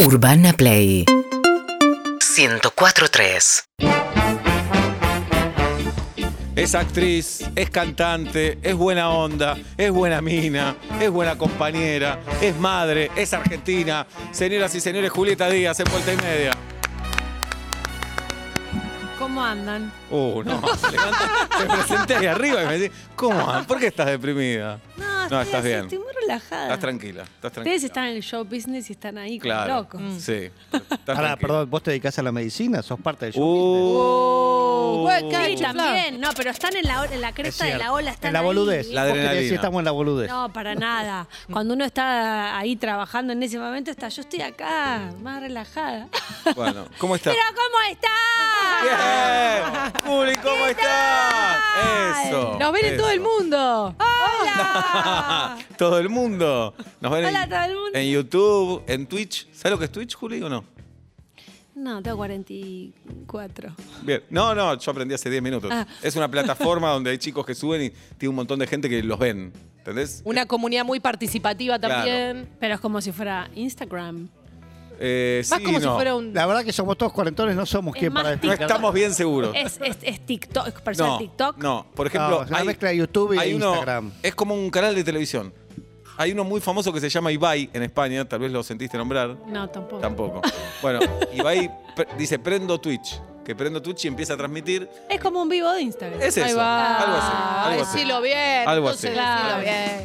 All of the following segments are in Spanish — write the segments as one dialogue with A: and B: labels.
A: Urbana Play 104.3
B: Es actriz, es cantante, es buena onda, es buena mina, es buena compañera, es madre, es argentina. Señoras y señores, Julieta Díaz en Vuelta y Media.
C: ¿Cómo andan?
B: Uh, no, levanta- me presenté ahí arriba y me decís, ¿cómo? an- ¿Por qué estás deprimida?
C: estoy
B: estás
C: así,
B: bien.
C: Estoy muy relajada.
B: Estás tranquila, estás tranquila.
C: Ustedes están en el show business y están ahí como
B: Claro.
C: locos. Mm.
B: Sí. Estás
D: Ahora,
B: tranquila.
D: perdón, vos te dedicás a la medicina, sos parte del
B: Uh.
D: show. business?
C: Uh, Sí, también. No, pero están en la, o- en la cresta de la
D: cierto.
C: ola. Están
D: en la
C: ahí.
D: boludez.
B: La
D: Vos querés
B: adrenalina.
D: decir, estamos en la boludez.
C: No, para nada. Cuando uno está ahí trabajando en ese momento, está yo estoy acá, más relajada.
B: Bueno, ¿cómo estás?
C: Pero ¿cómo está?
B: ¡Bien! Juli, ¿cómo estás? Eso.
C: Nos ven en todo el
B: eso.
C: mundo. ¡Hola!
B: todo el mundo. Nos ven
C: Hola,
B: en,
C: todo el mundo.
B: en YouTube, en Twitch. ¿Sabes lo que es Twitch, Juli, o no?
C: No, tengo 44.
B: Bien. No, no, yo aprendí hace 10 minutos.
C: Ah.
B: Es una plataforma donde hay chicos que suben y tiene un montón de gente que los ven. ¿Entendés?
E: Una comunidad muy participativa
B: Eh. Claro.
E: también.
C: Pero es como si fuera Instagram.
B: Eh,
E: Más
B: sí,
E: como si
B: no.
E: fuera un.
D: La verdad que somos todos cuarentones, no somos
C: Es
D: quien
C: más
D: para
B: No
C: TikTok.
D: explicar.
B: estamos bien seguros.
C: Es, es, es TikTok, es personal
B: no,
C: TikTok.
B: no, por ejemplo,
D: No, es una mezcla de YouTube y de Instagram.
B: Es como un canal de televisión. Hay uno muy famoso que se llama Ibai en España, tal vez lo sentiste nombrar.
C: No, tampoco.
B: Tampoco. Bueno, Ibai pre- dice prendo Twitch, que prendo Twitch y empieza a transmitir.
C: Es como un vivo de Instagram.
B: Es eso,
E: va.
B: algo
C: Ah,
B: así. Algo
E: Ay,
B: así.
E: Ah, decilo bien.
B: Algo
E: entonces,
B: así.
E: decilo
C: Claro.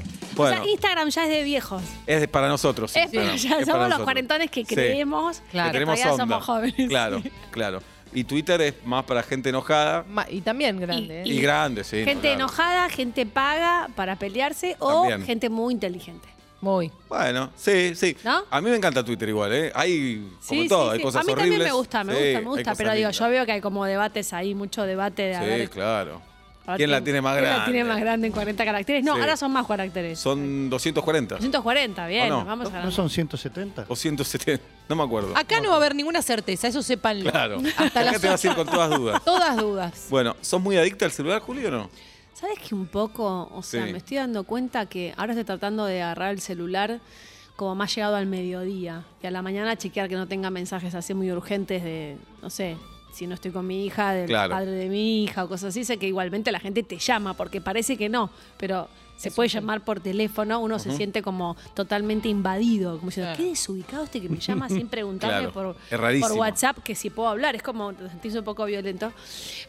E: bien.
B: Bueno,
C: O sea, Instagram ya es de viejos.
B: es de- para nosotros.
C: Es-
B: Bueno,
C: ya
B: es para
C: somos los
B: nosotros.
C: cuarentones que
B: Sí.
C: creemos
E: Claro.
B: Que
C: que
B: tenemos
C: todavía
B: onda.
C: somos jóvenes.
B: Claro, claro. Y Twitter es más para gente enojada
E: Ma- Y también grande. ¿eh?
B: y,
C: Y-
B: grande, sí.
C: Gente
B: claro.
C: enojada, gente paga para pelearse o
B: También.
C: gente muy inteligente.
E: ¿eh? Muy.
B: Bueno, sí, sí.
C: ¿no?
B: A mí me encanta Twitter igual, ¿eh? Hay como
C: Sí,
B: todo,
C: sí,
B: hay
C: sí.
B: cosas
C: A mí
B: horribles.
C: también me gusta, me
B: Sí,
C: gusta,
B: hay
C: me gusta.
B: cosas
C: Pero digo,
B: lindas.
C: yo veo que hay como debates ahí, mucho debate de a
B: Sí,
C: ver-
B: claro.
C: a ver
B: ¿Quién la tiene más grande?
C: ¿Quién la tiene más grande en 40 caracteres? No,
B: Sí.
C: ahora son más caracteres.
B: Son 240
C: 240, bien,
B: ¿O no?
C: vamos a
D: ¿No son 170?
B: o 170, no me acuerdo.
C: Ah,
E: Acá no va a haber ninguna certeza, eso sépanlo.
B: Claro.
E: Hasta
B: Acá
E: las
B: te vas a ir con todas dudas.
E: Todas dudas.
B: Bueno, ¿sos muy adicta al celular, Julio, o no?
C: ¿Sabes que un poco? O sea,
B: Sí.
C: me estoy dando cuenta que ahora estoy tratando de agarrar el celular como más llegado al mediodía y a la mañana chequear que no tenga mensajes así muy urgentes de, no sé, si no estoy con mi hija, del
B: Claro.
C: padre de mi hija o cosas así. Sé que igualmente la gente te llama porque parece que no, pero se puede llamar por teléfono. Uno se siente como totalmente invadido, como diciendo,
E: Claro.
C: qué desubicado este que me llama sin preguntarme
B: Claro,
C: por,
B: es rarísimo.
C: por WhatsApp que si puedo hablar. Es como, te sentís un poco violento.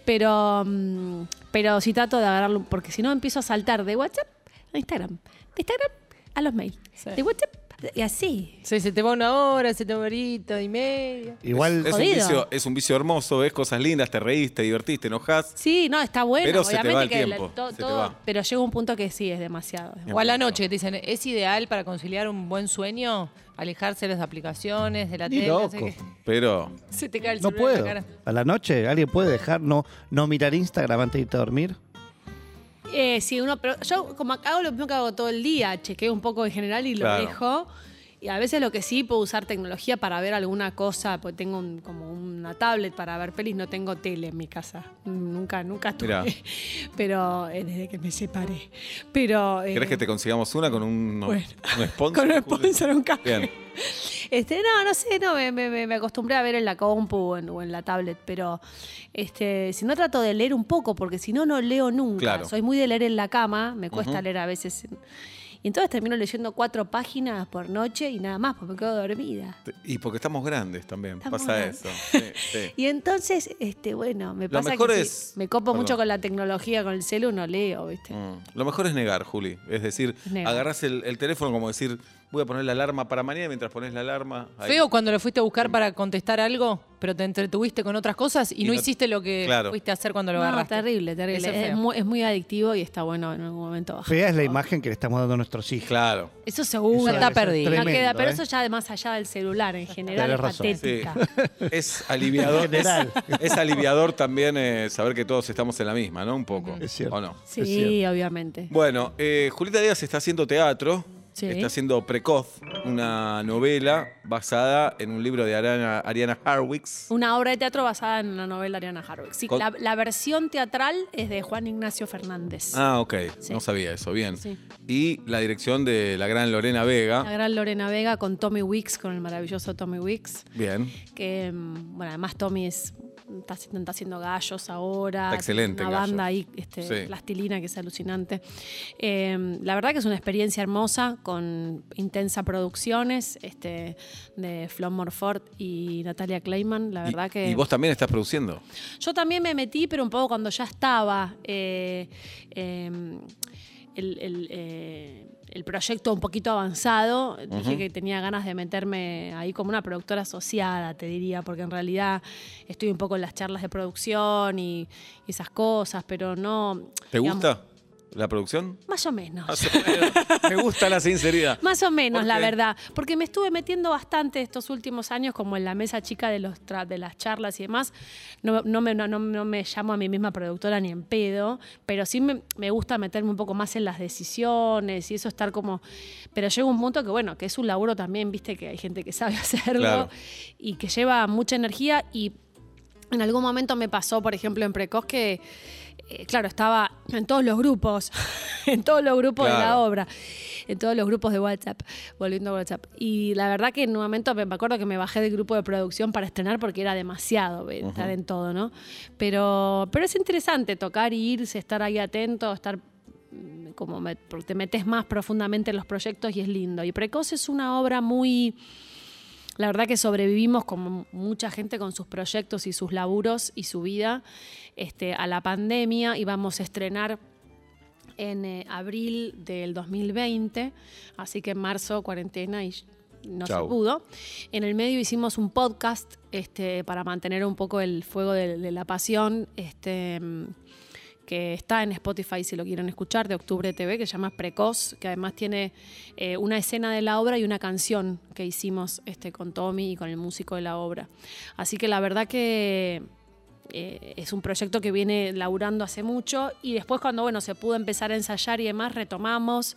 C: Pero, mm, pero sí trato de agarrarlo, porque si no empiezo a saltar de WhatsApp a Instagram, de Instagram a los mails,
E: Sí.
C: de WhatsApp y así.
E: Sí, se te va una hora, se te va horita y media.
D: Igual,
B: es, un
C: Jodido.
B: vicio, es un vicio hermoso, ves cosas lindas, te reís, te divertís, te enojás.
C: Sí, no, está bueno.
B: Pero se te
C: obviamente
B: va el
C: que la-
B: tiempo,
C: to-
B: se te
C: todo-
B: va.
C: Pero llega un punto que sí es demasiado.
E: O a la noche, te dicen, ¿es ideal para conciliar un buen sueño? Alejarse de las aplicaciones, de la
D: Ni
E: tele. no sé
D: loco.
E: qué.
B: Pero
E: Se te cae el
D: no
E: celular en
D: puedo.
E: la cara.
D: A la noche, ¿alguien puede dejar no, no mirar Instagram antes de irte a dormir?
C: Eh, sí, uno, pero yo como hago lo mismo que hago todo el día, chequeo un poco en general y lo
B: Claro.
C: dejo. Y a veces lo que sí puedo usar tecnología para ver alguna cosa, porque tengo un- como una tablet para ver pelis, no tengo tele en mi casa. Nunca, nunca tuve.
B: Mirá.
C: Pero eh, desde que me separé. Pero. eh,
B: ¿Querés que te consigamos una con un,
C: bueno.
B: un sponsor?
C: Con un
B: Juli?
C: sponsor, un café.
B: Bien.
C: Este, no, no sé, no, me, me- me- me acostumbré a ver en la compu o en, o en la tablet, pero este, si no trato de leer un poco, porque si no, no leo nunca.
B: Claro.
C: Soy muy de leer en la cama, me cuesta leer a veces. Y entonces termino leyendo cuatro páginas por noche y nada más, porque me quedo dormida.
B: Y porque estamos grandes también,
C: Estamos
B: pasa
C: grandes.
B: eso. Sí, sí.
C: Y entonces, este, bueno, me
B: Lo
C: pasa
B: mejor
C: que si
B: es-
C: me copo mucho
B: perdón.
C: con la tecnología, con el celu, no leo, ¿viste?
B: Mm. Lo mejor es negar, Juli. Es decir,
C: Negar.
B: agarrás el, el teléfono como decir, voy a poner la alarma para mañana y mientras pones la alarma. ahí-
E: Feo cuando lo fuiste a buscar para contestar algo, pero te entretuviste con otras cosas y,
B: Y
E: no,
B: no-
E: hiciste lo que
B: Claro.
E: fuiste a hacer cuando lo
C: No,
E: agarraste.
C: terrible, terrible.
E: Eso es
C: Es,
E: feo.
C: muy, es muy adictivo y está bueno en algún momento bajar.
D: Fea es la imagen que le estamos dando a nuestros hijos.
B: Claro.
C: Eso seguro.
E: Eso está
D: debe ser
E: perdido.
C: No
D: tremendo,
C: queda, pero
D: ¿eh?
C: eso ya de más allá del celular en general
D: Tenés
C: es
D: razón.
B: Sí.
C: patética.
B: Es aliviador.
D: En general.
B: Es, es aliviador también eh, saber que todos estamos en la misma, ¿no? Un poco.
D: Es cierto.
B: ¿O no?
C: Sí,
D: Es cierto.
C: obviamente.
B: Bueno, eh, Julieta Díaz está haciendo teatro.
C: Sí.
B: Está haciendo Precoz, una novela basada en un libro de Ariana, Ariana Harwicks.
C: Una obra de teatro basada en una novela de Ariana Harwick. Sí,
B: Con-
C: la, la versión teatral es de Juan Ignacio Fernández.
B: Ah, ok.
C: Sí.
B: No sabía eso. Bien.
C: Sí.
B: Y la dirección de la gran Lorena Vega.
C: La gran Lorena Vega con Tommy Wicks, con el maravilloso Tommy Wicks.
B: Bien.
C: Que, mm, bueno, además Tommy es, está, haci- está haciendo gallos ahora.
B: Está excelente en
C: Una banda ahí,
B: Gallos.
C: este,
B: Sí.
C: plastilina, que es alucinante. Eh, la verdad que es una experiencia hermosa, con intensa producciones este, de Flon Morford y Natalia Kleiman. La
B: Y-
C: verdad que...
B: y vos también estás produciendo.
C: Yo también me metí, pero un poco cuando ya estaba eh, eh, el, el, eh, el proyecto un poquito avanzado. Dije que tenía ganas de meterme ahí como una productora asociada, te diría, porque en realidad estoy un poco en las charlas de producción y, y esas cosas, pero no.
B: ¿Te
C: digamos,
B: gusta la producción?
C: Más o menos.
B: Me gusta la sinceridad.
C: Más o menos,
B: ¿Por
C: la
B: qué?
C: verdad. Porque me estuve metiendo bastante estos últimos años, como en la mesa chica de, los tra- de las charlas y demás. No, no me, no, no- no me llamo a mí misma productora ni en pedo, pero sí me, me gusta meterme un poco más en las decisiones y eso estar como. Pero llega un punto que, bueno, que es un laburo también, viste, que hay gente que sabe hacerlo
B: Claro.
C: y que lleva mucha energía y en algún momento me pasó, por ejemplo, en Precoz que, eh, claro, estaba en todos los grupos, en todos los grupos de la
B: Claro.
C: obra, en todos los grupos de WhatsApp, volviendo a WhatsApp. Y la verdad que en un momento me me acuerdo que me bajé del grupo de producción para estrenar porque era demasiado eh, estar en todo, ¿no? Pero, pero es interesante tocar y irse, estar ahí atento, estar mm, como me- porque te metes más profundamente en los proyectos y es lindo. Y Precoz es una obra muy... La verdad que sobrevivimos como mucha gente con sus proyectos y sus laburos y su vida este, a la pandemia y vamos a estrenar en eh, abril del 2020, así que en marzo cuarentena y no
B: Chau.
C: se pudo. En el medio hicimos un podcast este, para mantener un poco el fuego de, de la pasión. Este, que está en Spotify si lo quieren escuchar, de Octubre TV, que se llama Precoz, que además tiene eh, una escena de la obra y una canción que hicimos este, con Tommy y con el músico de la obra. Así que la verdad que eh, es un proyecto que viene laburando hace mucho y después cuando bueno, se pudo empezar a ensayar y demás, retomamos.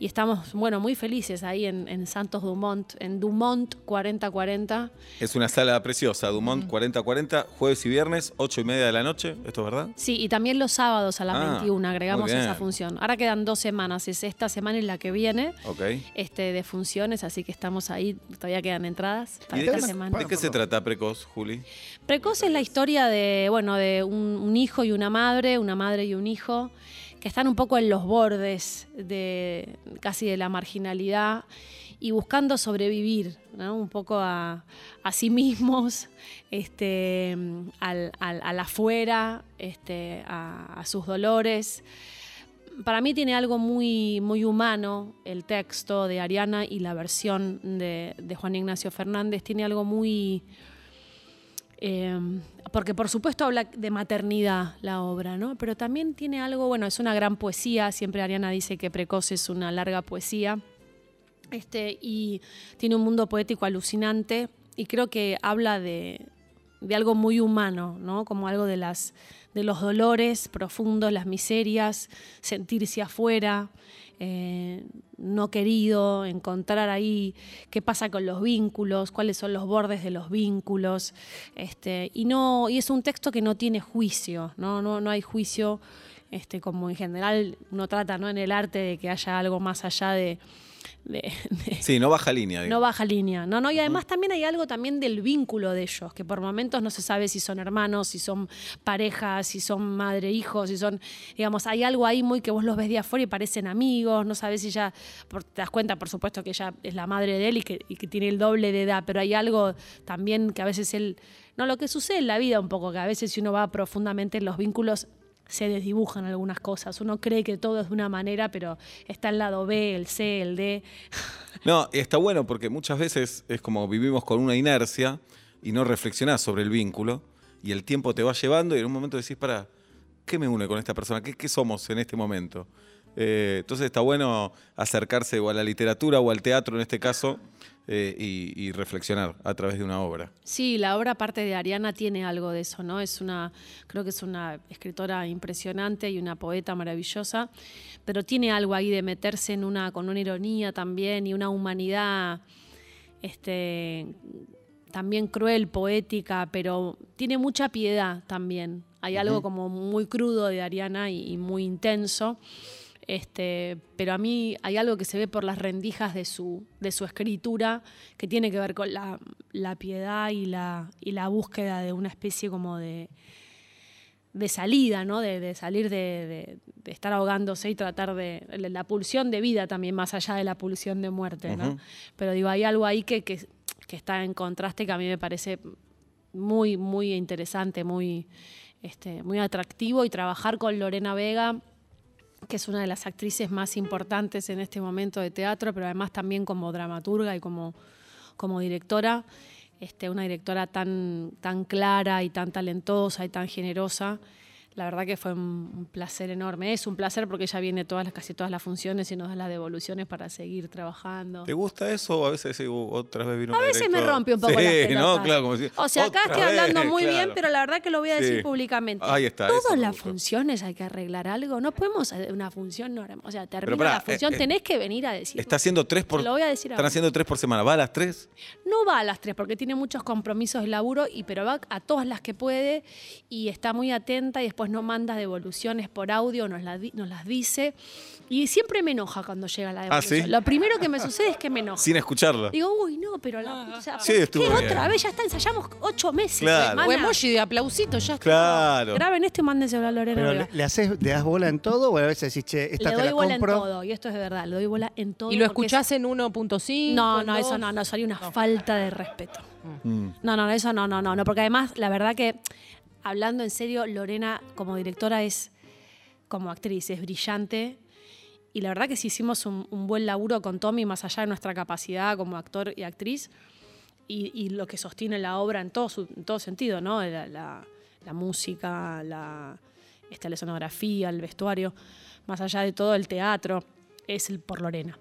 C: Y estamos, bueno, muy felices ahí en, en Santos Dumont, en Dumont 4040.
B: Es una sala preciosa, Dumont
C: Mm.
B: 4040, jueves y viernes, 8 y media de la noche, ¿esto es verdad?
C: Sí, y también los sábados a las
B: Ah,
C: 21 agregamos
B: muy bien.
C: esa función. Ahora quedan dos semanas, es esta semana y la que viene
B: Ok.
C: este, de funciones, así que estamos ahí, todavía quedan entradas para
B: ¿Y de,
C: esta
B: qué, se-
C: semana.
B: de qué se trata Precoz, Juli?
C: Precoz es la historia de, bueno, de un, un hijo y una madre, una madre y un hijo, que están un poco en los bordes de casi de la marginalidad y buscando sobrevivir, ¿no? Un poco a, a sí mismos, este, al, al- al afuera, este, a- a sus dolores para mí tiene algo muy, muy humano el texto de Ariana y la versión de, de Juan Ignacio Fernández. Tiene algo muy... eh, porque por supuesto habla de maternidad la obra, ¿no? Pero también tiene algo, bueno, es una gran poesía, siempre Ariana dice que Precoz es una larga poesía, este, y tiene un mundo poético alucinante y creo que habla de, de algo muy humano, ¿no? Como algo de las de los dolores profundos, las miserias, sentirse afuera, eh, no querido, encontrar ahí qué pasa con los vínculos, cuáles son los bordes de los vínculos, este, y no y es un texto que no tiene juicio, no no, no hay juicio, este, como en general uno trata, ¿no? En el arte de que haya algo más allá de- de- de
B: Sí, no baja línea,
C: no
B: digamos.
C: baja línea. No, no, y además también hay algo también del vínculo de ellos, que por momentos no se sabe si son hermanos, si son parejas, si son madre, hijos, si son, digamos, hay algo ahí muy que vos los ves de afuera y parecen amigos, no sabes si ya, por- te das cuenta, por supuesto, que ella es la madre de él y que, y que tiene el doble de edad, pero hay algo también que a veces él, no, lo que sucede en la vida un poco, que a veces si uno va profundamente en los vínculos, se desdibujan algunas cosas. Uno cree que todo es de una manera, pero está el lado B, el C, el D.
B: No, está bueno porque muchas veces es como vivimos con una inercia y no reflexionás sobre el vínculo y el tiempo te va llevando y en un momento decís, para, ¿qué me une con esta persona? ¿Qué, qué somos en este momento? Eh, entonces está bueno acercarse o a la literatura o al teatro en este caso eh, y, y reflexionar a través de una obra.
C: Sí, la obra aparte de Ariana tiene algo de eso, ¿no? Es una, creo que es una escritora impresionante y una poeta maravillosa, pero tiene algo ahí de meterse en una, con una ironía también y una humanidad este, también cruel, poética, pero tiene mucha piedad también. Hay algo como muy crudo de Ariana y, y muy intenso. Este, pero a mí hay algo que se ve por las rendijas de su, de su escritura que tiene que ver con la, la piedad y la, y la búsqueda de una especie como de, de salida, ¿no? De, de salir de, de- de estar ahogándose y tratar de la la pulsión de vida también, más allá de la pulsión de muerte, ¿no?
B: Ujú.
C: Pero digo, hay algo ahí que, que- que está en contraste que a mí me parece muy, muy interesante, muy, este, muy atractivo y trabajar con Lorena Vega que es una de las actrices más importantes en este momento de teatro, pero además también como dramaturga y como, como directora. Este, una directora tan, tan clara y tan talentosa y tan generosa. La verdad que fue un, un placer enorme. Es un placer porque ella viene todas las, casi todas las funciones y nos da las devoluciones para seguir trabajando.
B: ¿Te gusta eso o a veces sí, u- otra vez vino
C: A veces me rompe un poco
B: sí,
C: las pelotas.
B: ¿no? Claro, como si-
C: o sea, acá
B: otra
C: estoy
B: vez,
C: hablando muy bien,
B: claro.
C: pero la verdad que lo voy a decir
B: Sí.
C: públicamente.
B: Ahí está, eso
C: Todas
B: me
C: las
B: gustó.
C: funciones hay que arreglar algo. No podemos hacer una función normal. O sea, termina
B: pará,
C: la función,
B: eh, eh,
C: tenés que venir a decir.
B: Está haciendo tres por
C: Te lo voy a decir
B: Están
C: ahora.
B: haciendo tres por semana. ¿Va a las tres?
C: No va a las tres porque tiene muchos compromisos de laburo, y, pero va a todas las que puede y está muy atenta y después no manda devoluciones por audio, nos, la di- nos las dice. Y siempre me enoja cuando llega la
B: Ah, ¿sí?
C: devolución. Lo primero que me sucede es que me enoja.
B: Sin escucharla.
C: Digo, uy, no, pero
E: Ah,
C: la. O sea,
B: Sí,
C: ¿por
B: estuvo
C: qué
B: bien.
C: otra vez? Ya está, ensayamos ocho meses.
B: Claro.
C: hermana.
E: O emoji de aplausito, ya está.
B: Claro.
C: Graben esto y mándenselo a Lorena.
D: Pero
C: Vega.
D: le, le haces, le das bola en todo o a veces decís, che,
C: le
D: esta te
C: doy
D: la
C: bola en
D: compro.
C: todo, y esto es de verdad, le doy bola en todo.
E: Y lo
C: porque es-
E: escuchás en 1.5.
C: No, no,
E: en
C: eso
E: dos.
C: no, no, sería una falta de respeto.
B: Mm.
C: No, no, eso no, no, no, no, porque además, la verdad que, hablando en serio, Lorena como directora es, como actriz, es brillante. Y la verdad que sí hicimos un, un buen laburo con Tommy, más allá de nuestra capacidad como actor y actriz, y, y lo que sostiene la obra en todo, su- en todo sentido, ¿no? La, la- la música, la, esta, la escenografía, el vestuario, más allá de todo el teatro, es el por Lorena.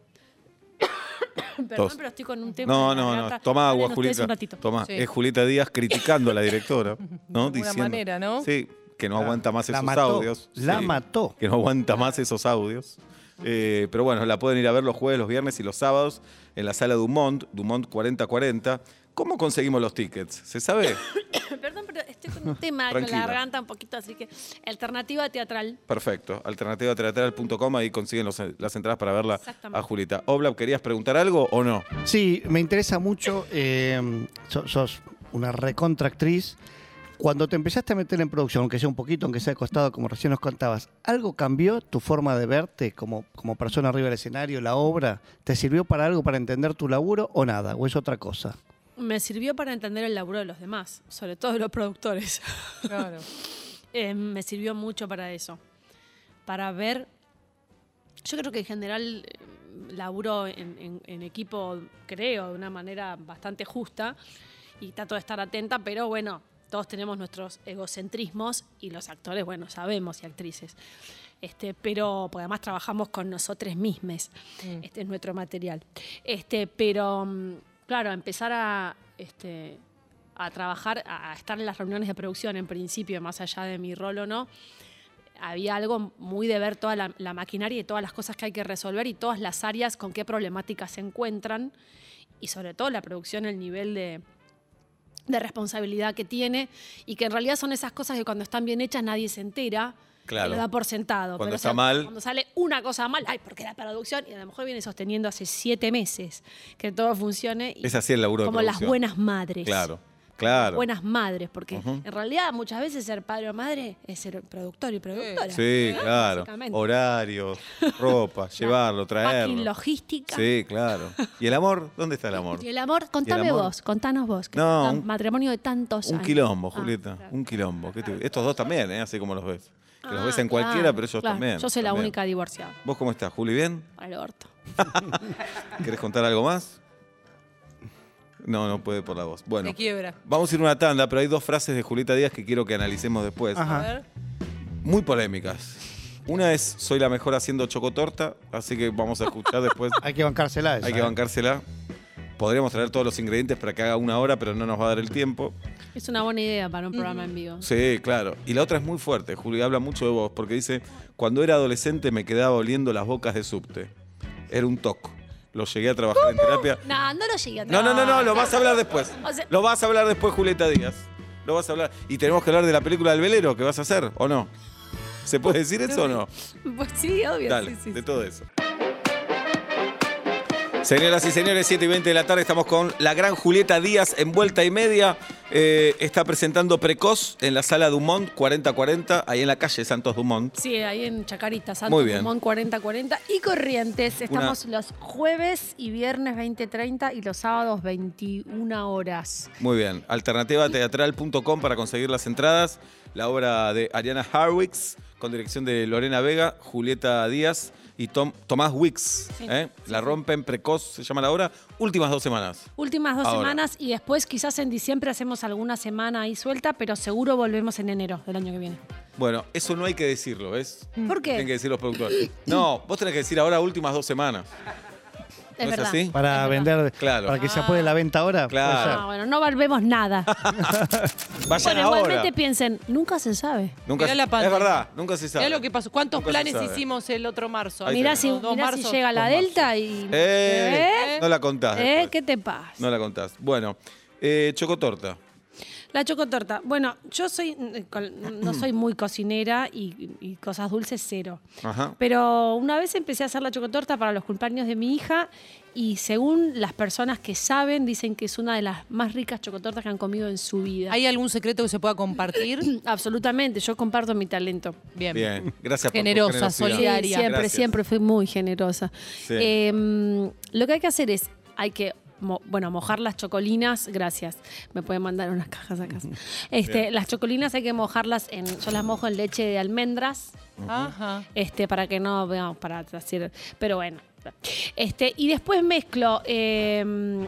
C: Perdón,
B: Tos.
C: pero estoy con un tema.
B: No,
C: de
B: no, no.
C: garganta.
B: Toma
C: Hablen
B: agua,
C: ustedes
B: Julita.
C: un ratito.
B: Tomá.
E: Sí.
B: Es Julita Díaz criticando a la directora, ¿no?
E: De alguna
B: Diciendo.
E: manera, ¿no?
B: Sí, que no aguanta más
D: La
B: esos
D: mató,
B: audios.
D: la
B: Sí,
D: mató.
B: Que no aguanta más esos audios. Eh, pero bueno, la pueden ir a ver los jueves, los viernes y los sábados en la sala Dumont, Dumont 4040. ¿Cómo conseguimos los tickets? ¿Se sabe?
C: Perdón, pero estoy con un tema con la
B: Tranquila.
C: garganta un poquito, así que alternativa teatral.
B: Perfecto. Alternativateatral.com, ahí consiguen los- las entradas para verla
C: Exactamente.
B: a Julita. Oblab, ¿querías preguntar algo o no?
D: Sí, me interesa mucho. eh, so- sos una recontractriz. Cuando te empezaste a meter en producción, aunque sea un poquito, aunque sea de costado, como recién nos contabas, ¿algo cambió tu forma de verte como, como persona arriba del escenario, la obra? ¿Te sirvió para algo, para entender tu laburo o nada? ¿O es otra cosa?
C: Me sirvió para entender el laburo de los demás, sobre todo de los productores.
E: Claro.
C: Eh, me sirvió mucho para eso. Para ver. Yo creo que en general eh, laburo en, en- en equipo, creo, de una manera bastante justa y trato de estar atenta, pero bueno, todos tenemos nuestros egocentrismos y los actores, bueno, sabemos y actrices. Este, pero porque además trabajamos con nosotros mismos. Este es nuestro material. Este, pero mm, claro, empezar a este, a trabajar, a a estar en las reuniones de producción en principio, más allá de mi rol o no, había algo muy de ver toda la, la maquinaria y todas las cosas que hay que resolver y todas las áreas con qué problemáticas se encuentran y sobre todo la producción, el nivel de, de responsabilidad que tiene y que en realidad son esas cosas que cuando están bien hechas nadie se entera.
B: Claro.
C: y Lo da por sentado.
B: Cuando
C: Pero,
B: está mal.
C: Cuando sale una cosa mal, ay, porque la producción, y a lo mejor viene sosteniendo hace siete meses que todo funcione. y
B: Es así el laburo de
C: Como las
B: producción.
C: buenas madres
B: Claro, claro.
C: buenas madres, porque
B: Ujú.
C: en realidad muchas veces ser padre o madre es ser productor y productora.
B: Sí, claro.
C: Ah, Básicamente.
B: Horarios, ropa, llevarlo,
C: Packing,
B: traerlo.
C: logística.
B: Sí, claro. ¿Y el amor? ¿Dónde está el amor?
C: Y el amor, contame
B: amor?
C: vos, contanos vos. Que
B: No,
C: es un
B: un-
C: matrimonio de tantos
B: Un
C: años.
B: quilombo,
C: Ah,
B: Julieta.
C: claro.
B: Un quilombo. ¿Qué te- Estos dos también, ¿eh? Así como los ves. Que los
C: Ah,
B: ves en
C: claro,
B: cualquiera, pero ellos
C: claro.
B: también.
C: Yo soy la
B: también.
C: única divorciada.
B: ¿Vos cómo estás, Juli? ¿Bien?
C: Para el orto.
B: ¿Querés contar algo más? No, no puede por la voz. Bueno,
E: Te quiebra.
B: vamos a ir a una tanda, pero hay dos frases de Julieta Díaz que quiero que analicemos después.
E: A
D: Ajá.
E: ver.
B: Muy polémicas. Una es Soy la mejor haciendo chocotorta, así que vamos a escuchar después.
D: Hay que bancársela esa.
B: Hay que
D: ¿eh?
B: bancársela. Podríamos traer todos los ingredientes para que haga una hora, pero no nos va a dar el tiempo.
C: Es una buena idea para un programa en vivo.
B: Sí, claro. Y la otra es muy fuerte, Julio, y habla mucho de vos, porque dice, cuando era adolescente me quedaba oliendo las bocas de subte. Era un toc. Lo llegué a trabajar en terapia.
C: No, no lo llegué a
B: No, no, no, no, lo vas a hablar después.
C: O sea-
B: Lo vas a hablar después, Julieta Díaz. Lo vas a hablar. Y tenemos que hablar de la película del velero que vas a hacer, ¿o no? ¿Se puede decir eso o no?
C: Pues sí, obvio.
B: Dale,
C: sí, sí,
B: de
C: sí.
B: todo eso. Señoras y señores, 7 y 20 de la tarde estamos con la gran Julieta Díaz en vuelta y media. Eh, está presentando Precoz en la sala Dumont 4040, ahí en la calle Santos Dumont.
C: Sí, ahí en Chacarita,
B: Muy
C: Santos
B: bien.
C: Dumont 4040 y Corrientes. Estamos los jueves y viernes 20.30 y los sábados 21 horas.
B: Muy bien. Alternativateatral.com para conseguir las entradas. La obra de Ariana Harwicks, con dirección de Lorena Vega, Julieta Díaz y Tom- Tomás Wicks.
C: Sí,
B: ¿eh? La rompen precoz, se llama la obra. Últimas dos semanas.
C: Últimas dos
B: Ahora.
C: semanas y después quizás en diciembre hacemos alguna semana ahí suelta, pero seguro volvemos en enero del año que viene.
B: Bueno, eso no hay que decirlo, ¿ves?
C: ¿Por qué?
B: Tienen que decir los productores. No, vos tenés que decir ahora últimas dos semanas.
C: Es
B: ¿No es
C: verdad.
B: así?
D: ¿eh? Para
C: Es verdad.
D: vender,
B: Claro.
D: para que se apuede la venta ahora. puede
B: Claro.
D: ser.
C: Ah, bueno, no volvemos nada.
B: Vayan
C: Bueno,
B: ahora.
C: igualmente piensen, nunca se sabe.
B: Nunca
E: Mirá
B: se-
E: la
B: es
E: pandemia.
B: verdad, nunca se sabe.
E: Mirá lo que pasó. ¿Cuántos
B: Nunca se
E: planes
B: sabe.
E: hicimos el otro marzo?
B: Ahí
C: Mirá,
B: tenés.
C: si,
E: Dos
C: mirá si
E: marzos,
C: llega la
E: dos marzos.
C: Delta y...
B: ¡Eh!
C: ¿Eh?
B: No la contás.
C: ¿Eh?
B: después.
C: ¿Qué te pasa?
B: No la contás. Bueno, eh, chocotorta.
C: La chocotorta. Bueno, yo soy mm, con- no soy muy cocinera y, y cosas dulces cero.
B: Ajá.
C: Pero una vez empecé a hacer la chocotorta para los cumpleaños de mi hija y según las personas que saben dicen que es una de las más ricas chocotortas que han comido en su vida.
E: ¿Hay algún secreto que se pueda compartir?
C: Absolutamente, yo comparto mi talento.
E: Bien.
B: Bien, gracias por tu
E: Generosa,
B: generosidad.
C: Sí,
E: solidaria.
C: siempre,
B: Gracias.
C: siempre fui muy generosa.
B: Sí.
C: Eh, mm, lo que hay que hacer es, hay que mo- bueno, mojar las chocolinas, gracias. Me pueden mandar unas cajas a casa. Este, las chocolinas hay que mojarlas en, yo las mojo en leche de almendras,
E: Ajá.
C: este, para que no veamos para decir, pero bueno. Este, y después mezclo eh,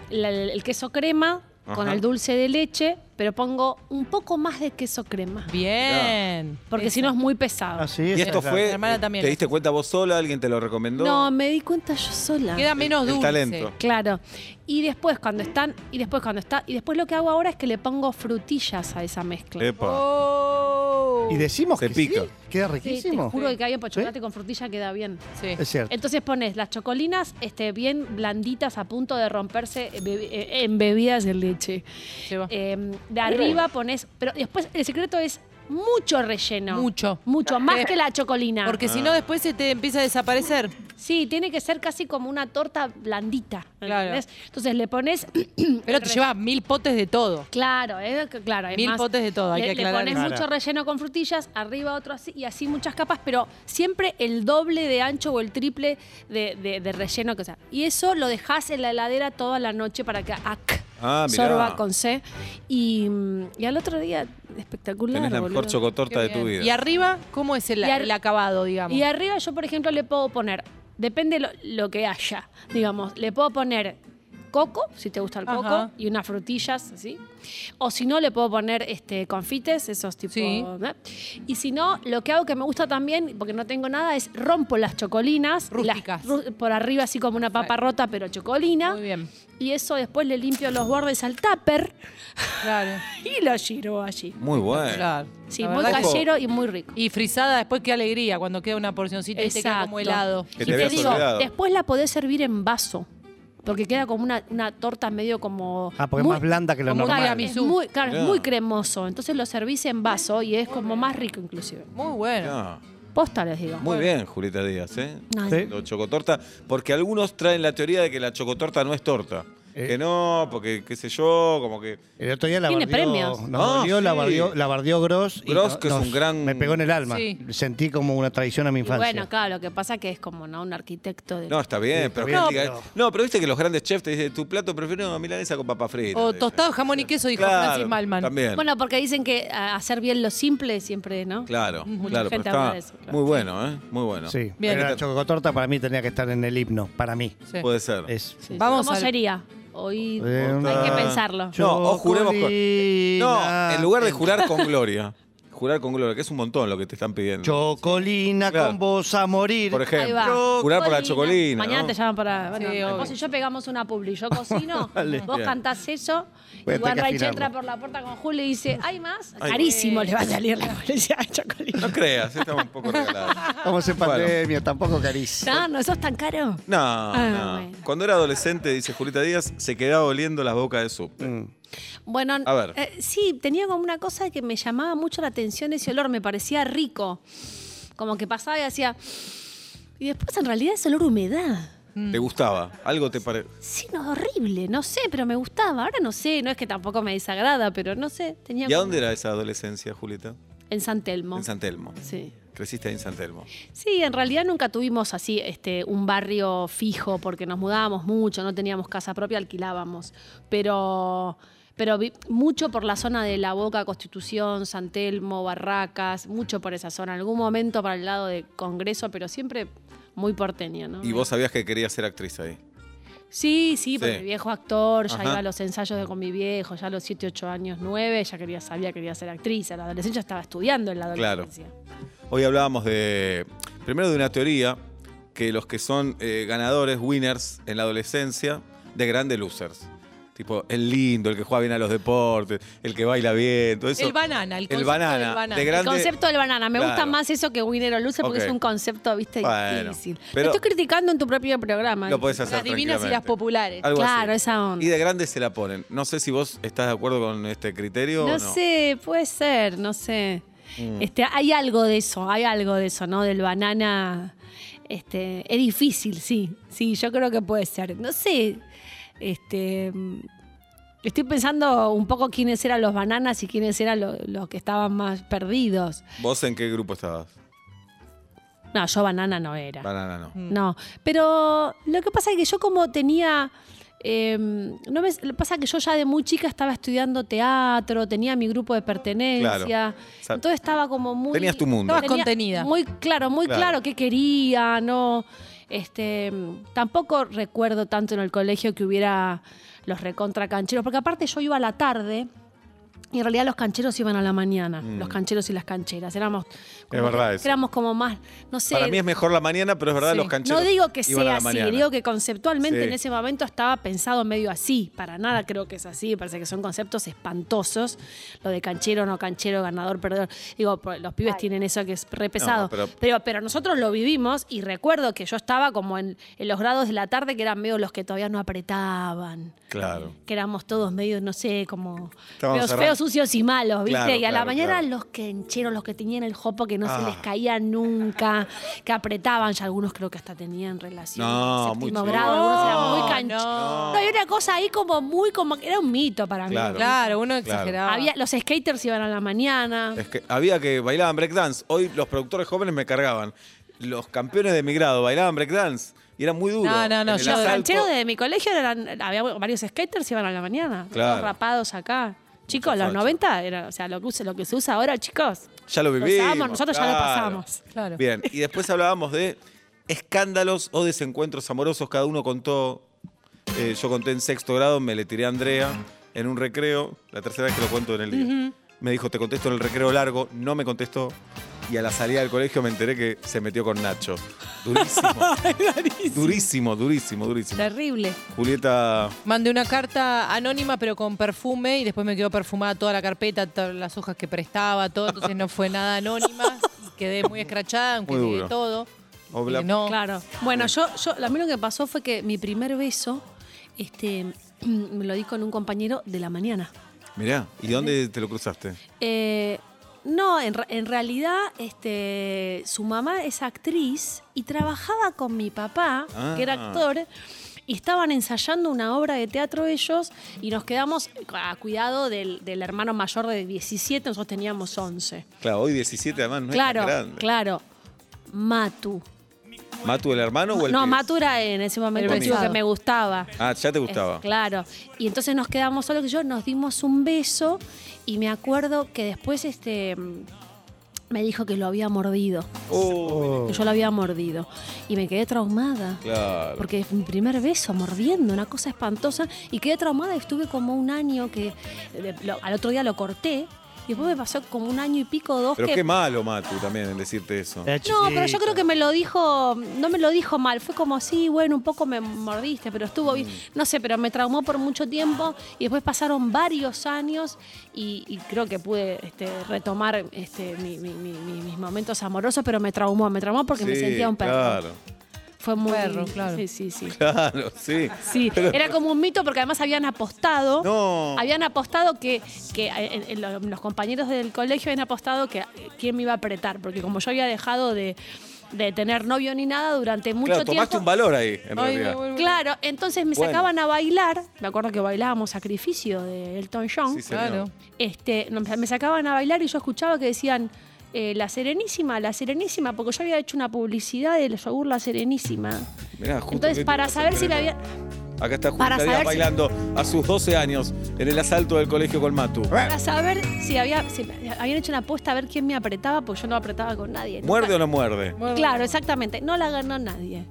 C: la- el queso crema con
B: Ajá.
C: el dulce de leche, pero pongo un poco más de queso crema.
E: Bien.
C: Porque si no es muy pesado.
D: Ah, sí,
B: Y
D: esa
B: esto
D: es la-
B: fue.
E: Mi hermana también.
B: ¿Te diste cuenta vos sola? ¿Alguien te lo recomendó?
C: No, me di cuenta yo sola.
E: Queda menos
B: El
E: dulce.
B: talento.
C: Claro. Y después cuando están, y después cuando está, y después lo que hago ahora es que le pongo frutillas a esa mezcla.
B: Epa.
E: Oh.
D: Y decimos
B: Se
D: que
B: pica.
D: sí, Queda
C: Sí, te
D: riquísimo.
C: juro que hay un chocolate con frutilla queda bien.
E: Sí.
D: Es cierto.
C: Entonces pones las chocolinas este, bien blanditas a punto de romperse eh, bebi- eh, en bebidas de leche.
E: Se va.
C: Eh, de arriba pones, pero después el secreto es mucho relleno.
E: Mucho.
C: Mucho, más que la chocolina.
E: Porque si
B: Ah.
E: no, después se te empieza a desaparecer.
C: Sí, tiene que ser casi como una torta blandita.
E: Claro.
C: ¿entendés? Entonces le pones
E: Pero te lleva mil potes de todo.
C: Claro, eh, c- claro. es
E: Mil
C: más,
E: potes de todo, hay
C: le,
E: que
C: le
E: aclarar
C: pones
E: eso.
C: mucho
D: Claro.
C: relleno con frutillas, arriba otro así, y así muchas capas, pero siempre el doble de ancho o el triple de, de- de relleno. Que, o sea, y eso lo dejas en la heladera toda la noche para que ac,
B: Ah, mirá.
C: sorba con C. Y, mm, y al otro día, espectacular.
B: Tenés la mejor
C: boludo.
B: chocotorta
E: Qué
B: de tu
E: bien.
B: vida.
E: Y arriba, ¿cómo es el,
C: Y ar-
E: el acabado, digamos?
C: Y arriba yo, por ejemplo, le puedo poner, depende lo, lo que haya, digamos, le puedo poner coco, si te gusta el coco,
E: Ajá.
C: y unas frutillas, así. O si no, le puedo poner este, confites, esos tipos.
E: Sí.
C: Y si no, lo que hago que me gusta también, porque no tengo nada, es rompo las chocolinas. las
E: Rústicas.
C: ru- por arriba, así como una papa rota, pero chocolina.
E: Muy bien.
C: Y eso después le limpio los bordes al tupper
E: Claro.
C: y lo giro allí.
B: Muy bueno.
E: claro.
C: Sí,
E: La
C: muy
E: verdad que-
B: Ojo.
C: gallero y muy rico.
E: Y frisada, después qué alegría cuando queda una porcioncita y te queda como helado.
B: Que te
C: Y te
B: habías
C: digo,
B: olvidado.
C: después la podés servir en vaso. Porque queda como una, una torta medio como.
D: Ah, porque es
C: muy-
D: más blanda que lo
E: como un
D: normal.
E: tiramisú.
C: Es muy, claro, es
B: Mirá.
C: muy cremoso. Entonces lo servís en vaso y es como más rico, inclusive.
E: Muy bueno.
B: Ah,
C: Posta, les digo.
B: muy bien, Julieta Díaz, ¿eh?
C: Ay,
D: Sí.
B: Lo chocotorta, porque algunos traen la teoría de que la chocotorta no es torta.
D: Eh.
B: Que no, porque qué sé yo, como que.
D: El otro día la
C: Tiene
D: bardió,
C: premios.
D: nos
B: Ah,
D: dolió, la,
B: sí.
D: bardió, la bardió Gross. y
B: Gross,
D: no-
B: que es un
D: nos-
B: gran-
D: Me pegó en el alma.
E: Sí.
D: Sentí como una traición a mi
C: Y
D: infancia.
C: bueno, claro, lo que pasa que es como ¿no? un arquitecto de.
B: No, está bien,
D: Sí,
B: pero
D: está
B: que
D: bien,
B: diga-
D: pero-
B: No, pero viste que los grandes chefs te dicen, tu plato prefiero milanesa con papa frita.
E: O
B: te dicen.
E: tostado jamón y queso, dijo
B: Claro,
E: Francis Malman.
B: También.
C: bueno, porque dicen que a- hacer bien lo simple siempre, ¿no?
B: claro,
C: mucha
B: claro, pero
C: gente
B: está
C: habla de eso, claro.
B: muy bueno, ¿eh? Muy bueno.
D: Sí.
E: Bien.
D: Pero la chocotorta para mí tenía que estar en el himno. Para mí.
E: Sí.
B: Puede ser.
D: Es.
C: Sí, sí.
E: Vamos
C: ¿Cómo
E: al-
C: sería? Hoy
D: Eh,
C: hay que pensarlo.
B: No, o juremos con- No,
D: Chocolina.
B: en lugar de jurar con gloria, Jurar con gloria, que es un montón lo que te están pidiendo.
D: Chocolina
B: Claro.
D: con vos a morir.
B: por ejemplo,
C: Ahí va.
B: jurar por la
C: Chocolina.
B: chocolina.
C: Mañana
B: ¿no?
C: te llaman para. Bueno,
E: Sí,
C: vos
E: obvio.
C: y yo pegamos una publi. Yo cocino,
D: Dale.
C: vos
B: Bien.
C: cantás eso.
D: Voy a
C: Y
D: tener que
C: Reich
D: afinarlo.
C: entra por la puerta con Julio y dice: ¿Hay más?
B: Ay.
C: Carísimo le va a salir la publicidad de Chocolina.
B: No creas, estamos un poco regalados.
D: Estamos en
B: Bueno.
D: pandemia, tampoco carísimo.
C: No, no sos tan caro.
B: No,
C: Ah,
B: no.
C: bueno.
B: Cuando era adolescente, dice Julita Díaz, se quedaba oliendo las bocas de su.
D: Mm.
C: Bueno,
B: A ver.
C: eh, sí, tenía como una cosa que me llamaba mucho la atención ese olor, me parecía rico. Como que pasaba y hacía. Y después en realidad es olor a humedad.
B: Mm. ¿Te gustaba? ¿Algo te pare...
C: Sí, no, horrible, no sé, pero me gustaba. Ahora no sé, no es que tampoco me desagrada, pero no sé. Tenía
B: ¿Y a
C: como-
B: dónde era esa adolescencia, Julita?
C: En San Telmo.
B: En San Telmo.
C: Sí.
B: Creciste ahí en San Telmo.
C: Sí, en realidad nunca tuvimos así este, un barrio fijo porque nos mudábamos mucho, no teníamos casa propia, alquilábamos. Pero, pero vi- mucho por la zona de La Boca, Constitución, San Telmo, Barracas, mucho por esa zona. En algún momento para el lado de Congreso, pero siempre muy porteña,
E: Mm.
C: ¿no?
B: Y vos sabías que querías ser actriz ahí.
C: Sí, sí, porque
B: Sí.
C: mi viejo actor, ya
B: Ajá.
C: iba a los ensayos de con mi viejo, ya a los 7, 8 años, 9, ya quería, sabía que quería ser actriz. A la adolescencia estaba estudiando en la
B: Claro.
C: adolescencia.
B: Hoy hablábamos de. Primero de una teoría que los que son eh, ganadores, winners en la adolescencia, de grandes losers. Tipo, el lindo, el que juega bien a los deportes, el que baila bien, todo eso.
E: El banana, el concepto
B: banana,
E: del banana.
B: de
E: El
C: El
B: grande-
C: concepto del banana. Me gusta
B: Claro.
C: más eso que Winner o Loser porque
B: Ok.
C: es un concepto, viste,
B: Bueno,
C: difícil.
B: pero-
C: Te estoy criticando en tu propio programa.
B: Lo podés hacer.
E: Las divinas y las
B: tranquilamente.
E: populares.
B: Algo
C: Claro,
B: así.
C: esa onda.
B: Y de grandes se la ponen. No sé si vos estás de acuerdo con este criterio.
C: no,
B: o Mm.
C: sé, puede ser, no sé. Este, hay algo de eso, hay algo de eso, ¿no? Del banana. Este, es difícil, sí. Sí, yo creo que puede ser. No sé. Este. mm, Estoy pensando un poco quiénes eran los bananas y quiénes eran lo- los que estaban más perdidos.
B: ¿Vos en qué grupo estabas?
C: No, yo banana no era.
B: Banana, no.
C: No, pero lo que pasa es que yo como tenía... eh, no me, lo que pasa es que yo ya de muy chica estaba estudiando teatro, tenía mi grupo de pertenencia,
B: Claro. Sa-
C: entonces estaba como muy...
B: Tenías tu mundo.
E: Estabas contenida.
C: Muy claro, muy
B: Claro.
C: claro, qué quería, no... Este, tampoco recuerdo tanto en el colegio que hubiera los recontra cancheros, porque aparte yo iba a la tarde y en realidad los cancheros iban a la mañana, los cancheros y las cancheras, éramos como,
B: Mm. verdad eso.
C: éramos como más, no sé,
B: Para mí es mejor la mañana, pero es verdad,
E: Sí.
B: los cancheros.
C: no digo que
B: iban a la
C: sea así,
B: mañana.
C: digo que conceptualmente
B: Sí.
C: en ese momento estaba pensado medio así. Para nada creo que es así, me parece que son conceptos espantosos. Lo de canchero, no canchero, ganador, perdedor. Digo, por- los pibes tienen eso que es re pesado.
B: pero-
C: pero, pero, nosotros lo vivimos y recuerdo que yo estaba como en, en los grados de la tarde que eran medio los que todavía no apretaban.
B: Claro.
C: Que éramos todos medio, no sé, como
B: Estábamos
C: feos,
B: cerrando.
C: feos, sucios y malos, ¿viste?
B: Claro,
C: y a la
B: claro,
C: mañana
B: claro.
C: los cancheros, los que tenían el jopo que no
B: Ah.
C: se les caía nunca, que apretaban, ya algunos creo que hasta tenían relación.
B: No, muy
C: séptimo
B: chico.
C: grado, algunos eran muy
E: No,
C: cancheros.
E: no.
C: No, había una cosa ahí como muy, como que era un mito para mí.
B: Claro.
E: Claro, uno
B: Claro.
E: exageraba.
C: Había, los skaters iban a la mañana.
B: Es que había que bailaban breakdance. Hoy los productores jóvenes me cargaban. Los campeones de mi grado bailaban breakdance y era muy duro.
E: No, no, no,
B: En el
E: yo-
C: Los
B: asalto-
C: cancheros de mi colegio eran, había varios skaters iban a la mañana,
B: Claro.
C: todos rapados acá. Chicos,
B: Mucha
C: los
B: facha.
C: 90 era, o sea, lo que, usa- lo que se usa ahora, chicos.
B: Ya lo
C: Lo
B: vivimos.
C: usábamos, nosotros ya lo
B: claro.
C: pasamos.
E: Claro.
B: Bien, y después hablábamos de escándalos o desencuentros amorosos. Cada uno contó. eh, yo conté en sexto grado, me le tiré a Andrea en un recreo. La tercera vez que lo cuento en el día. Me dijo, te contesto en el recreo largo. No me contestó. Y a la salida del colegio me enteré que se metió con Nacho. Durísimo. durísimo, durísimo, durísimo.
E: Terrible.
B: Julieta
E: Mandé una carta anónima pero con perfume y después me quedó perfumada toda la carpeta, todas las hojas que prestaba, todo, entonces no fue nada anónima. y Quedé muy escrachada, aunque
B: Muy
E: llegué
B: duro.
E: todo.
B: Obla-
E: Eh, no.
C: Claro. Bueno, yo, yo, a mí lo que pasó fue que mi primer beso, este, me lo di con un compañero de la mañana.
B: Mirá, ¿y dónde te lo cruzaste?
C: Eh, no, en, re- en realidad, este, su mamá es actriz y trabajaba con mi papá,
B: Ah.
C: que era actor. Y estaban ensayando una obra de teatro ellos y nos quedamos a cuidado del, del hermano mayor de 17, nosotros teníamos 11.
B: Claro, hoy 17 además, no es tan
C: claro,
B: grande.
C: claro. Matu.
B: ¿Matu el hermano o el
C: No,
B: pibe?
C: Matu era en ese momento
E: El
C: el chico que
E: besado.
C: me gustaba.
B: Ah, ya te gustaba.
C: Es- claro. Y entonces nos quedamos solos, que yo nos dimos un beso y me acuerdo que después este mm, me dijo que lo había mordido,
B: Oh,
C: que yo lo había mordido y me quedé traumada.
B: claro.
C: Porque es mi primer beso mordiendo, una cosa espantosa. Y quedé traumada y estuve como un año que eh, lo- al otro día lo corté Y después me pasó como un año y pico o dos
B: Pero
C: que.
B: qué malo, Matu, también, en decirte eso.
D: Era
C: No, pero yo
D: Eh, chiquito.
C: creo que me lo dijo, no me lo dijo mal, fue como, sí, bueno, un poco me mordiste, pero estuvo
B: Mm.
C: bien, no sé, pero me traumó por mucho tiempo y después pasaron varios años y, y creo que pude este, retomar este, mi- mi- mi- mi- mis momentos amorosos, pero me traumó, me traumó porque me
B: Sí,
C: sentía un perro.
B: Claro,
C: Fue muy...
E: Perro, claro.
C: Sí, sí, sí.
B: claro, sí.
C: Sí, era como un mito porque además habían apostado.
B: No.
C: Habían apostado que, que eh, en- en lo- los compañeros del colegio habían apostado que eh, quién me iba a apretar, porque como yo había dejado de, de tener novio ni nada durante mucho
B: claro, tomaste
C: tiempo.
B: un valor ahí, en
E: Ay, me
B: realidad.
E: vuelvo-
C: Claro, entonces me
B: Bueno.
C: sacaban a bailar, me acuerdo que bailábamos Sacrificio de Elton John,
B: Sí, señor.
E: Claro.
C: este, no, me sacaban a bailar y yo escuchaba que decían eh, La Serenísima, La Serenísima, porque yo había hecho una publicidad del yogur La Serenísima.
B: Mirá, justo que
C: Entonces, para
B: te-
C: saber si me había...
B: Acá está Julieta
C: para
B: Díaz
C: saber si-
B: bailando a sus 12 años en el asalto del colegio con Matu.
C: Para saber si, había, si me- habían hecho una apuesta a ver quién me apretaba, porque yo no apretaba con nadie.
B: ¿Muerde o no muerde?
E: Bueno,
C: Claro, exactamente. No la ganó nadie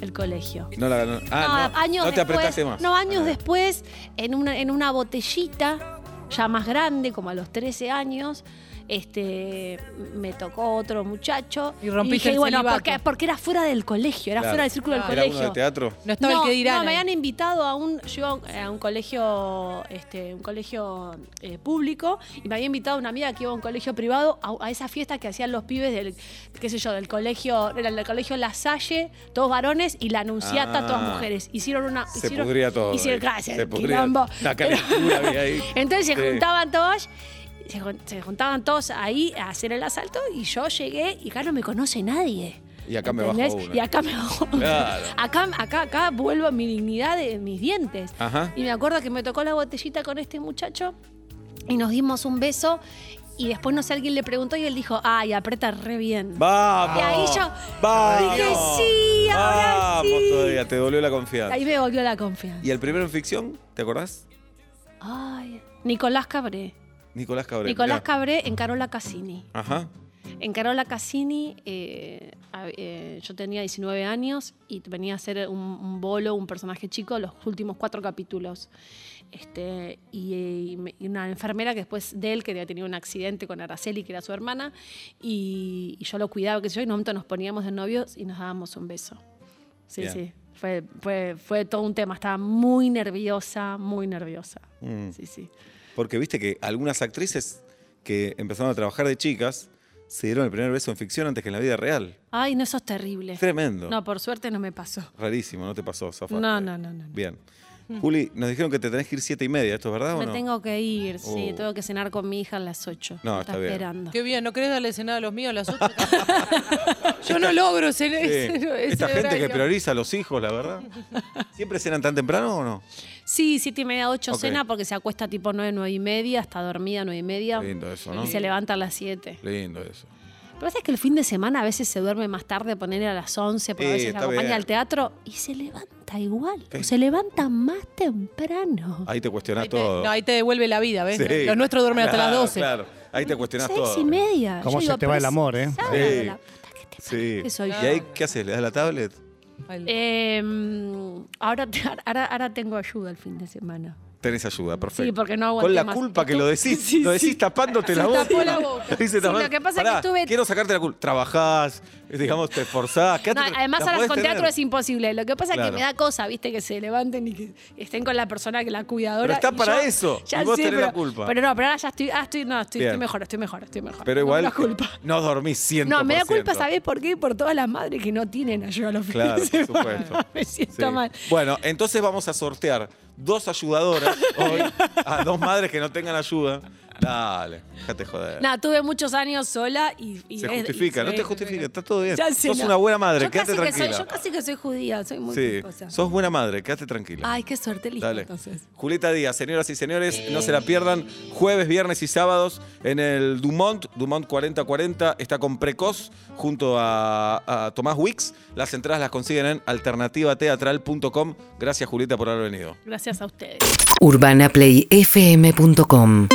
C: el colegio.
B: No la ganó. Ah, no,
C: años
B: no te
C: después-
B: apretaste más.
C: No, años después, en una, en una botellita ya más grande, como a los 13 años, este, me tocó otro muchacho.
E: Y rompiste
C: dije,
E: el
C: bueno,
E: celibato.
C: porque, porque era fuera del colegio, era
B: Claro.
C: fuera del círculo
E: Ah.
C: del
B: ¿Era uno
C: colegio.
B: de teatro?
E: No estaba el que dirá. ¿eh?
C: no, me habían invitado a un, yo iba a un- a un colegio, este, un colegio eh, público y me había invitado una amiga que iba a un colegio privado a, a esa fiesta que hacían los pibes del, qué sé yo, del colegio, del, del colegio La Salle, todos varones y la Anunciata,
B: Ah.
C: todas mujeres. Hicieron una,
B: Se
C: hicieron,
B: pudría todo.
C: hicieron-
B: ahí.
C: claro, hacían
B: Se pudría.
C: quilombo.
B: La caricatura había ahí.
C: Entonces se
B: Sí.
C: juntaban todos. Se, jun- se juntaban todos ahí a hacer el asalto y yo llegué y acá no me conoce nadie.
B: Y acá me bajo
C: ¿entendés?
B: uno.
C: Y acá me bajo uno.
B: Claro.
C: Acá, acá, acá vuelvo a mi dignidad de mis dientes.
B: Ajá.
C: Y me acuerdo que me tocó la botellita con este muchacho y nos dimos un beso y después no sé, alguien le preguntó y él dijo, ay, aprieta re bien.
B: ¡Vamos!
C: Y ahí yo
B: ¡Vamos!
C: dije, sí, ahora
B: ¡Vamos
C: sí.
B: todavía! Te dolió la confianza.
C: Ahí me volvió la confianza.
B: ¿Y el primero en ficción? ¿Te acordás?
C: Ay, Nicolás Cabré.
B: Nicolás Cabrera.
C: Nicolás Cabré en Carola Cassini.
B: Ajá.
C: En Carola Cassini eh, a- eh, yo tenía 19 años y venía a ser un, un bolo, un personaje chico, los últimos cuatro capítulos. Este, y, eh, y me- y una enfermera que después de él, que había tenido un accidente con Araceli, que era su hermana, y, y yo lo cuidaba, que yo, y en un momento nos poníamos de novios y nos dábamos un beso. Sí,
B: Bien.
C: sí. Fue, fue, fue todo un tema. Estaba muy nerviosa, muy nerviosa.
B: Mm.
C: Sí, sí.
B: Porque viste que algunas actrices que empezaron a trabajar de chicas se dieron el primer beso en ficción antes que en la vida real.
C: Ay, no, eso es terrible.
B: Es tremendo.
C: No, por suerte no me pasó.
B: Rarísimo, no te pasó, Zafa.
C: No, no, no, no. no.
B: Bien. Juli, nos dijeron que te tenés que ir siete y media, ¿esto es verdad o
C: Me
B: no?
C: tengo que ir, sí.
B: Oh.
C: Tengo que cenar con mi hija a las 8.
B: No,
C: Me
B: está bien.
C: esperando.
E: Qué bien, ¿no querés darle cenar a los míos a las 8? Yo no logro cenar.
B: Sí.
E: ese- ese
B: Esta gente que
E: horario.
B: prioriza a los hijos, la verdad. ¿Siempre cenan tan temprano o no?
C: Sí, 7 y media, 8
B: Ok.
C: cena porque se acuesta tipo 9, 9 y media, está dormida 9 y media.
B: Lindo eso, ¿no?
C: Y se levanta a las 7.
B: Lindo eso.
C: Pero pasa es que el fin de semana a veces se duerme más tarde, ponerle a las 11, porque
B: Sí,
C: a veces la
B: está
C: acompaña
B: bien.
C: al teatro y se levanta igual.
B: Sí.
C: O se levanta más temprano.
B: Ahí te cuestionás
E: Ahí te-
B: todo.
E: no, ahí te devuelve la vida, ¿ves?
B: Sí.
E: Los nuestros duermen hasta las
B: Claro,
E: 12.
B: Claro, ahí te cuestionás
C: 6
B: todo.
C: y media.
D: ¿Cómo
C: Yo
D: se
C: digo,
D: te va
C: pero es
D: el amor, eh?
C: sábado,
B: Sí.
C: la puta que te-
B: Sí.
C: ¿Qué soy
B: ¿Y
C: yo?
B: ahí qué haces? ¿Le das la tablet?
E: Al-
C: Eh, ahora, ahora, ahora tengo ayuda el fin de semana.
B: Tenés ayuda, perfecto.
C: Sí, porque no aguanté
B: Con la
C: más.
B: culpa que lo decís,
C: Sí,
B: lo decís
C: sí.
B: tapándote la boca.
E: tapó la boca.
B: Lo dices
C: Sí,
B: tapando-
C: lo que pasa es que
B: Pará,
C: estuve-
B: Quiero sacarte la culpa. Trabajás, eh, digamos, te esforzás. quédate
C: No,
B: con-
C: además
B: la
C: ahora
B: podés
C: con
B: tener.
C: teatro es imposible. Lo que pasa es
B: Claro.
C: que me da cosa, viste, que se levanten y que estén con la persona que la cuidadora.
B: Pero está
C: y
B: para
C: yo-
B: eso,
C: ya
B: y vos
C: sé,
B: tenés
C: pero,
B: la culpa.
C: Pero no, pero ahora ya estoy, ah, estoy, no, estoy,
B: Bien.
C: estoy mejor, estoy mejor, estoy mejor.
B: Pero
C: No me
B: igual
C: da culpa.
B: no dormís 100%.
C: No, me da culpa, ¿sabés por qué? Por todas las madres que no tienen ayuda a los fines
B: Claro,
C: de
B: por
C: semana.
B: supuesto.
C: Me
B: Sí.
C: siento mal.
B: Bueno, entonces vamos a sortear dos ayudadoras hoy a dos madres que no tengan ayuda. Dale, déjate joder.
C: Nada, tuve muchos años sola y... y
B: se
C: es- y
B: justifica, no
C: sí.
B: te justifica, está todo bien.
C: Ya sé,
B: sos
C: no.
B: una buena madre,
C: Yo
B: quédate
C: casi que soy-
B: tranquila.
C: yo casi que soy judía, soy muy
B: sí,
C: culposa.
B: sos buena madre, quédate tranquila.
C: Ay, qué suerte, listo,
B: Dale.
C: entonces.
B: Julieta Díaz, señoras y señores, no se la pierdan. Jueves, viernes y sábados en el Dumont, Dumont 4040. Está con Precoz junto a, a Tomás Wicks. Las entradas las consiguen en alternativateatral.com. Gracias, Julieta, por haber venido.
C: Gracias a ustedes.
A: urbanaplayfm.com